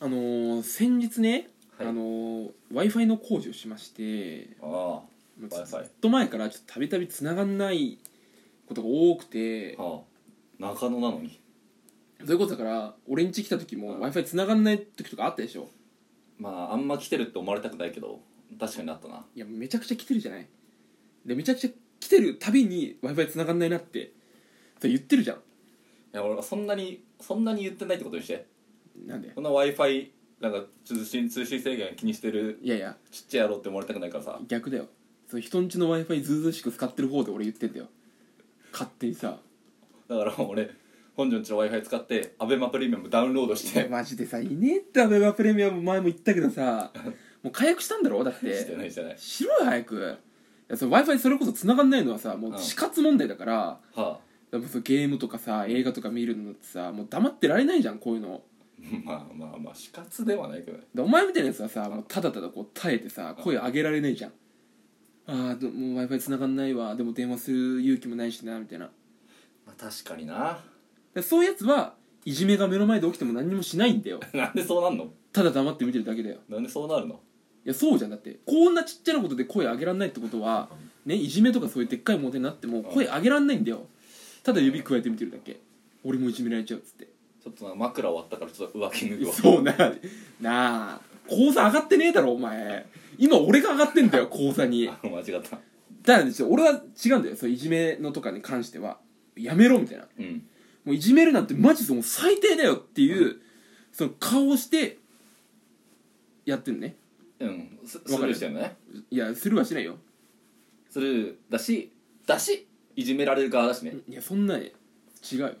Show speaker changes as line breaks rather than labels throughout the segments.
あのー先日ね、
はい
あの w i f i の工事をしまして
あ
もう
Wi-Fi
ずっと前からちょっとたびたびつながんないことが多くて
あはあ中野なのに
そういうことだから俺ん家来た時も
うん
w i f i つながんない時とかあったでしょ
まああんま来てるって思われたくないけど確かになったない
やめちゃくちゃ来てるじゃないでめちゃくちゃ来てるたびに w i f i つながんないなってそれ言ってるじゃん
いや俺はそんなにそんなに言ってないってことにして
なんで
そんな w i f i なんか通信通信制限気にしてる
いやいや
ちっちゃい野郎って思われたくないからさ
逆だよそれ人ん家の w i f i ずうずうしく使ってる方で俺言ってんだよ勝手にさ
だから俺本庄んちの w i f i 使ってアベマプレミアムダウンロードし
いや
て
マジでさいねえってアベマプレミアム前も言ったけど さもう解約したんだろだって
してないしてない
しろよ早くいやそ w i f i それこそ繋がんないのはさも
うん
う死活問題だから、
はあ
でもそのゲームとかさ映画とか見るのってさもう黙ってられないじゃんこういうの
まあまあまあ死活ではないけどね
でお前みたいなやつはさもうただただこう耐えてさ
うん
声上げられないじゃんあーどもう w i f i 繋がんないわでも電話する勇気もないしなみたいな
まあ確かにな
でそういうやつはいじめが目の前で起きても何にもしないんだよ
なんでそうなんの
ただ黙って見てるだけだよ
なんでそうなるの
いやそうじゃんだってこんなちっちゃなことで声上げられないってことは、ね、いじめとかそういうでっかい問題になっても声上げられないんだよただ指加えてみてるだけ俺もいじめられちゃうっつって
ちょっとなんか枕終わったからちょっと浮気 脱ぐわ
そうななあ口座上がってねえだろお前今俺が上がってんだよ口座に
あ間違った
だから俺は違うんだよそういじめのとかに関してはやめろみたいな
うん
もういじめるなんてマジでもう最低だよっていう、その顔をしてやってるね
うんススル
わかる
ーしてんのね
いやするはしないよ
スルーだしだしいじめられる側だ しね
いやそんなね違うよ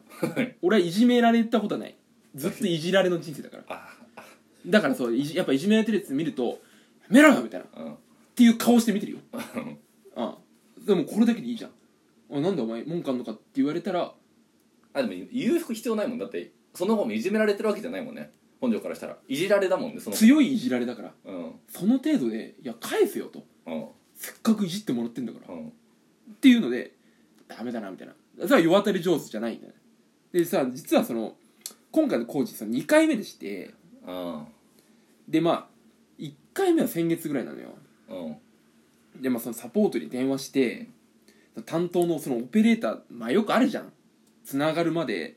俺はいじめられたことはないずっといじられの人生だから
あ
だからそういじやっぱいじめられてるやつ見ると「やめろよ!」みたいなっ
うん
ていう顔して見てるよあでもこれだけでいいじゃんあなんでお前文句あんのかって言われたら
あでも言う必要ないもんだってその方もいじめられてるわけじゃないもんね本庄からしたらいじられだもんねその方
強いいじられだから
うん
その程度で「いや返せよ」と
うん
せっかくいじってもらってんだから
う
っ
ん
ていうので「ダメだな」みたいなそれは世渡り上手じゃないんだよねでさ実はその今回の工事その2回目でして
うん
でまあ1回目は先月ぐらいなのよ
うん
でまあそのサポートに電話して担当のそのオペレーターまあよくあるじゃんつながるまで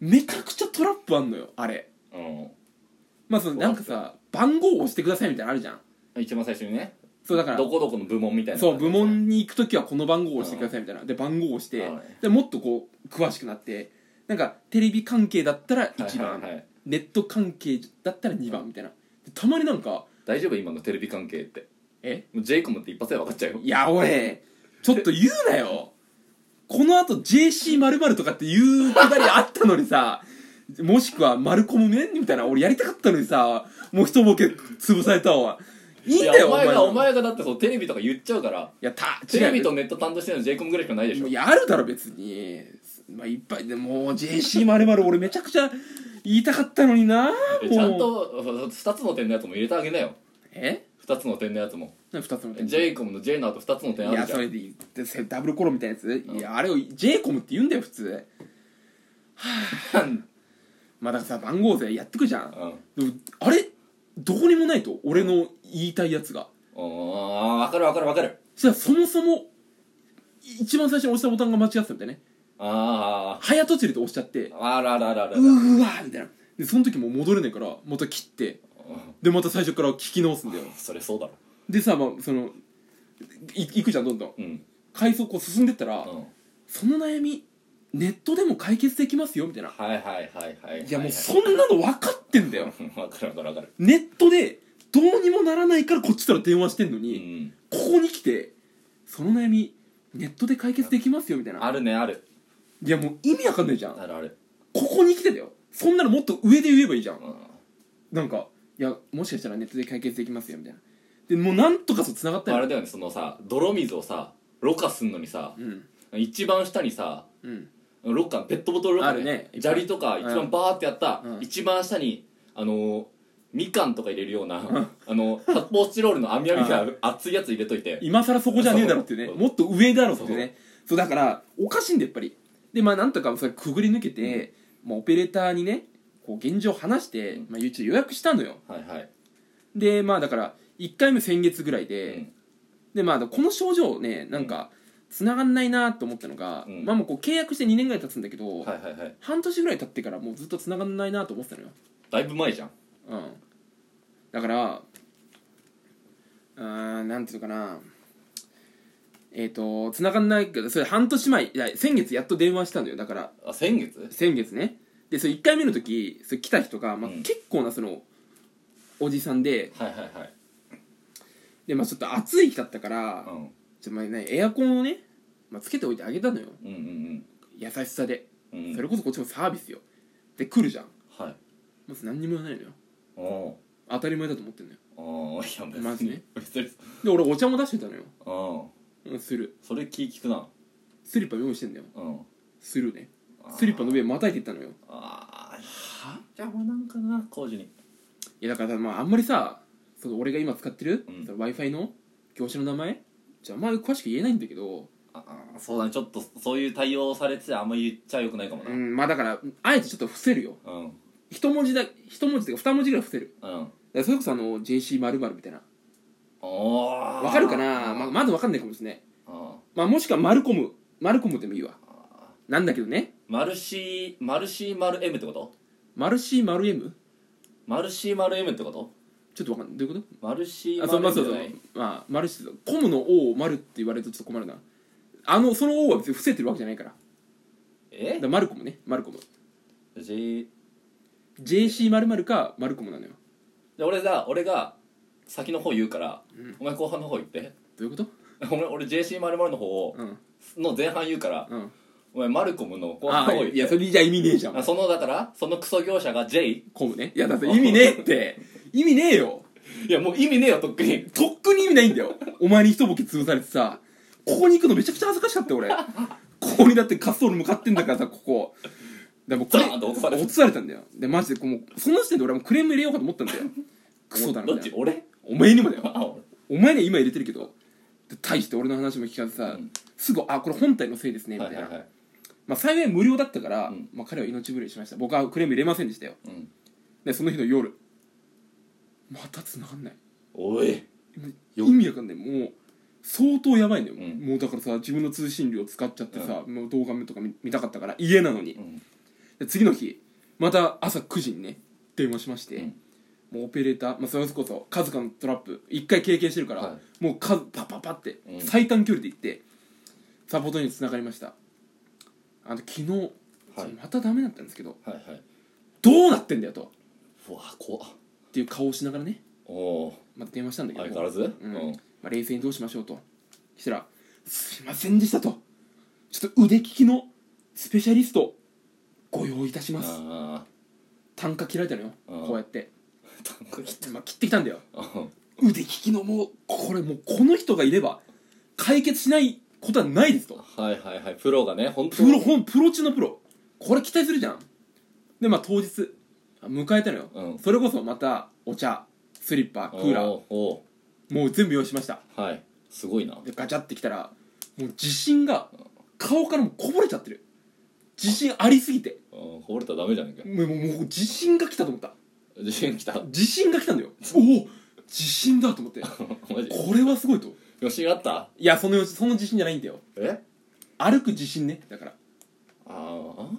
めちゃくちゃトラップあんのよあれ
う
まあそのなんかさ番号を押してくださいみたいなのあるじゃん
ん一番最初にね
そうだから
どこどこの部門みたいな
そう部門に行く時はこの番号を押してくださいみたいなで番号を押して
はい
でもっとこう詳しくなってなんかテレビ関係だったら
はい
1番
はいはい
ネット関係だったら2番みたいなでたまになんか
大丈夫今のテレビ関係って
え
もう J コムって一発で分かっちゃうよ
いや、おい、ちょっと言うなよ。この後 JC 〇〇とかっていうくだりあったのにさ、もしくはマルコムねみたいな、俺やりたかったのにさ、もう一ボケ潰されたわ。いいんだよ、
やお前が
の
お前がだってそうテレビとか言っちゃうから
いや、た、
テレビと
違
ネット担当してるの J コムぐらいしかないでし
う
ょ
いや、あるだろ、別に。まあ、いっぱい、でも、JC 〇〇俺めちゃくちゃ言いたかったのにな
え
もう
ちゃんと2つの点のやつも入れてあげなよ
え
2つの点のやつも
何二つの点
J コムの J の後2つの点
い
あ
や
るじゃ
そ
ん
れでいいでせダブルコロンみたいなやつ、いやあれを j コムって言うんだよ普通はあ
ん
まあだからさ番号税やってくじゃん
うん
でもあれどこにもないと俺の言いたいやつが
ああ分かる分かる分かる
じゃあそもそもい一番最初に押したボタンが間違ってたみたいね
あ
早とちりで押しちゃって
ーああららららら
うーわーみたいなでその時もう戻れないからまた切って
うん
でまた最初から聞き直すんだよ
それそうだろ
でさまあそのいいくじゃんどんどん
うん
階層こう進んでったら、
うん
その悩みネットでも解決できますよみたいな
はいはいはいはい
いやもう
そ
そんなの分かってんだよ
分かる分かる分かる
ネットでどうにもならないからこっちから電話してんの
う
に、
ん
ここに来てその悩みネットで解決できますよみたいな
あるねある
いやもう意味わかんないじゃんこ
あるある
こに来てだよそんなのもっと上で言えばいいじゃん
うん
なんかいやもしかしたらネットで解決できますよみたいなでもうなんとかそう繋がった
あ
よ
れだよねそのさ泥水をさろ過すんのにさ
うん
一番下にさ
うん
ロッカーペットボトルロッカ
あ
ー、
るねいっぱい
砂利とか一
う
番
ん
バーってやった、
うん
一番下にあのーみかんとか入れるような、あの発泡スチロールの網網みたいな熱いやつ入れといて
今更そこじゃねえだろっていうね
そう
もっと上だろっていうねそうだからおかしいんだやっぱりでまあなんとかそれくぐり抜けて、まあ、オペレーターにねこう現状話して、まあ、YouTube 予約したのよ
はいはい
でまあだから1回目先月ぐらいで、
うん
でまあこの症状ねなんか繋がんないなと思ったのが、
うん
まあもうこう契約して2年ぐらい経つんだけど、
はいはいはい
半年ぐらい経ってからもうずっと繋がんないなと思ってたのよ
だいぶ前じゃん
うんだからうーんなんていうのかなえっ、と繋がんないけどそれ半年前いや先月やっと電話したんだよだから
あ先月
先月ねでそれ1回目の時それ来た人が、まあ
うん
結構なそのおじさんで
はいはいはい
で、まあ、ちょっと暑い日だったから、
うん
ちょまあね、エアコンをね、まあ、つけておいてあげたのよ
うんうん
優しさで、
うんうん
それこそこっちもサービスよで来るじゃん
はい
まず何にも言わないのよ
おう
当たり前だと思ってんのよ
ああいや別に、
まずね
別に
で俺お茶も出してたのよ、
うん
うん、する
それ気聞くな
スリッパ用意してんだよ
うん
するねスリッパの上またいていったのよ
ああは邪魔なんかな工事に
いやだからまああんまりさその俺が今使ってる、う
う
ん w i f i の業種の名前じゃああんまり詳しく言えないんだけど
ああそうだねちょっとそういう対応されててあんま言っちゃよくないかもな
う
うん
んまあだからあえてちょっと伏せるよ
うん
一文字だ一文字というか二文字ぐらい伏せる
うん
だからそれこそあの JC○○ みたいな
おー
わかるかなま
あ
まずわかんないかもしれない
あ
まあもしくはマルコムマルコムでもいいわ
あ
なんだけどね
マルシーマルシーマル M ってこと
マル C マル M?
マルシーマル M ってこと
ちょっとわかんないどういうこ
マルシ
と
ー
あそうまあ
マル
そう
M じ
そう
ゃない
まあマルシコムの O をマルって言われるとちょっと困るなあのその O は別に伏せてるわけじゃないからだ
え
からマルコムねマルコム
J
JC○○ かマルコムなのよ
で俺が俺が先の方言うから、お前後半の方言って
どういうこと
お前俺 JC○○ の方を
うん
の前半言うから、
うん
お前マルコムの後半
あ
の方言っ
い
て
やそれじゃ意味ねえじゃ
あ
ん
そのだからそのクソ業者が J
コムねいやだって意味ねえって意味ねえよ
いやもう意味ねえよとっくに
とっくに意味ないんだよお前に一ボケ潰されてさここに行くのめちゃくちゃ恥ずかしかったよ俺ここにだって滑走路向かってんだからさここでもこれ
ザーンと落とされた
落とされたんだよでマジでこうもうその時点で俺はもうクレーム入れようかと思ったんだよクソだな
ど
み
った
い
ち
な
俺
お前にもだよ
あ俺
お前には今入れてるけどで大して俺の話も聞かずさ、
うん
すぐ「あこれ本体のせいですね」み
は
たい
い
な、
はいはい
まあ、幸い無料だったから、
うん
まあ、彼は命拾いしました僕はクレーム入れませんでしたよ
うん
でその日の夜また繋がんない
おいよ
意味わかんないもう相当やばいんだよ、
うん
もうだからさ自分の通信料使っちゃってさ、もう動画とか見見たかったから家なのに、
うん
で次の日また朝9時にね電話しまして、
うん
もうオペレーター、まあ、それこそ数々のトラップ一回経験してるから、
は
もう数パッパッパッって
うん
最短距離で行ってサポートに繋がりましたあの昨日、
はい
またダメだったんですけど
はいはい
どうなってんだよと
うわ怖っ
っていう顔をしながらね
おお
また電話したんだけど
相変わらず
うん
うん
まあ、冷静にどうしましょうとそしたら「すいませんでした」と「ちょっと腕利きのスペシャリストをご用意いたします
あ」
単価切られたのよ
うん
こうやって、
あタンク切っ
まあ、切ってきたんだよ
たうん
腕利きのもうこれもうこの人がいれば解決しないことはないですと
はいはいはいプロがね本当
プロほんプロ中のプロこれ期待するじゃんでまあ当日あ迎えたのよ、
うん
それこそまたお茶スリッパクーラー
おお
もう全部用意しました
ーはいすごいな
でガチャってきたらもう自信が顔からもうこぼれちゃってる自信ありすぎて
うんこぼれたらダメじゃねえか
もうもうもう自信が来たと思った
地震来た
自信が来たんだよおお自信だと思ってこ
マジ
れはすごいと
余震あった
いやそのその自信じゃないんだよ
え
歩く自信ねだから
ああ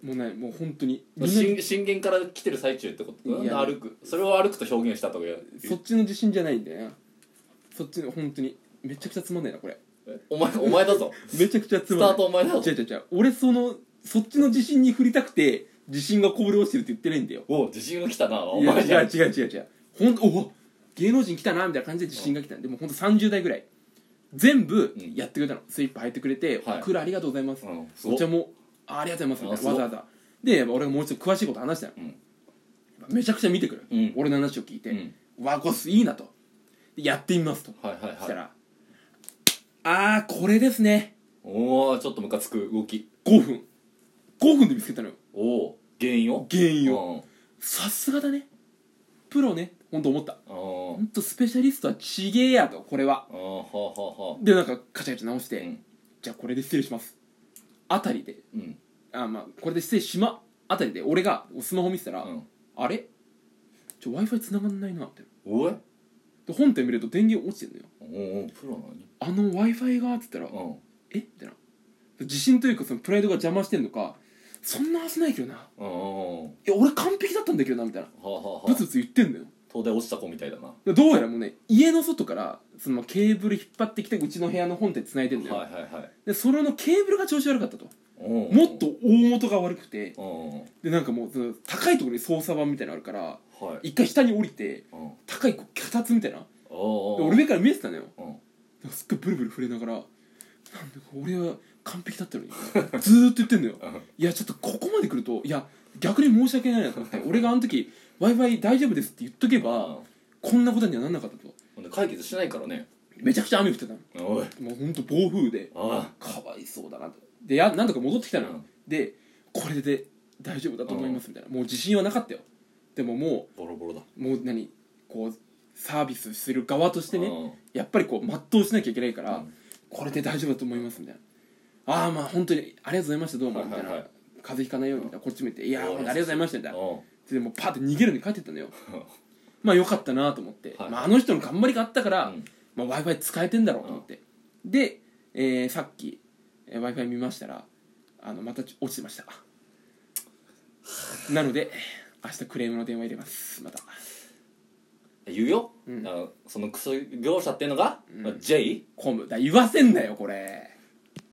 もうねもう本当にみんな
震震源から来てる最中ってこと
いや
なんで歩くそれを歩くと表現したとかいう
そっちの自信じゃないんだよなそっちの本当にめちゃくちゃつまんないなこれ
えお前お前だぞ
めちゃくちゃつ
スタ
まんな
ート
い
お前だぞ
違う違う違う俺そのそっちの自信に振りたくて自信がこぼれ落ちてるって言ってないんだよ
おう地震が来たなお
いや
前じゃ
違う
ん
違う違う違うほんとお芸能人来たなみたいな感じで自信が来たでもほんと30代ぐらい全部
うん
やってくれたの、スイップ入ってくれて「
はい
クーラーありがとうございます」
うんすご
お
っ
茶もあ「ありがとうございます」みたいな
あ
わざわざで俺がもう一度詳しいこと話したの、
うん
めちゃくちゃ見てくる、
うん
俺の話を聞いて
うん
「わこすいいな」と「でやってみます」と
はいはい
した
はい
ら「あーこれですね
おおちょっとムカつく動き
5分5分で見つけたのよ
おお原因を
原因を
を
さすがだねプロねほんと思った
あー
ほんとスペシャリストはちげえやとこれは
あーはあはあはあ
でなんかカチャカチャ直して、
うん
じゃあこれで失礼しますあたりで
うん
あまあこれで失礼しまあたりで俺がスマホ見てたら、
うん
あれちょ w i f i 繋がんないなみたいな
おい
で本体見ると電源落ちてるのよ
おうおうプロなのに
あの w i f i がっつったら、
う
えみたいな自信というかそのプライドが邪魔してんのかそんなはずないけどなん
うんうんうんは
え俺完璧だったんだけどなみたいな
あはあはあ
ブツブツ言ってんだよ
東大落ちた子みたいだなは
でどうやらもうね家の外からそのケーブル引っ張ってきてうちの部屋の本体繋いでん
い
だよ、
はいはい
でそれのケーブルが調子悪かったと
おう
もっと大元が悪くて
うんうん
でなんかもうその高いところに操作盤みたいなのあるから
はい
一回下に降りて
うんおう
高いこう脚立みたいなで
おう
俺上から見えてたのよ
うん
なんかすっごいブルブル震えながらなんだか俺は完璧だったのにずーっと言ってんだよいやちょっとここまで来るといや逆に申し訳ないなと思って俺があの時 w i f i 大丈夫ですって言っとけばこんなことにはなんなかったと
ほんで解決しないからね
めちゃくちゃ雨降ってたの
おい
もうほんと暴風で
あ
かわいそうだなとでやなんとか戻ってきたのよ、
うん
でこれで大丈夫だと思いますみたいな、もう自信はなかったよでもも
ボロボロだ
うもう何こうサービスする側としてね、
うん
やっぱりこう全うしなきゃいけないから、
うん
これで大丈夫だと思いますみたいなああまあ本当にありがとうございましたどうも
はい
み
は
た
い
いな、
はい
風邪ひかないようにみたいなこっち向いて「いやー
おい
ありがとうございました」みたいな
うん
でもうパッて逃げるに帰ってったの よまあよかったなと思って、
はい
まあ、あの人の頑張りがあったから、
うん
まあ、w i f i 使えてんだろうと思って、で、えーさっき w i f i 見ましたらあのまたち落ちてましたなので明日クレームの電話入れますまた
言うよ、
うん
あのそのクソ業者っていうのが、まあ J?
コムだ言わせんなよこれ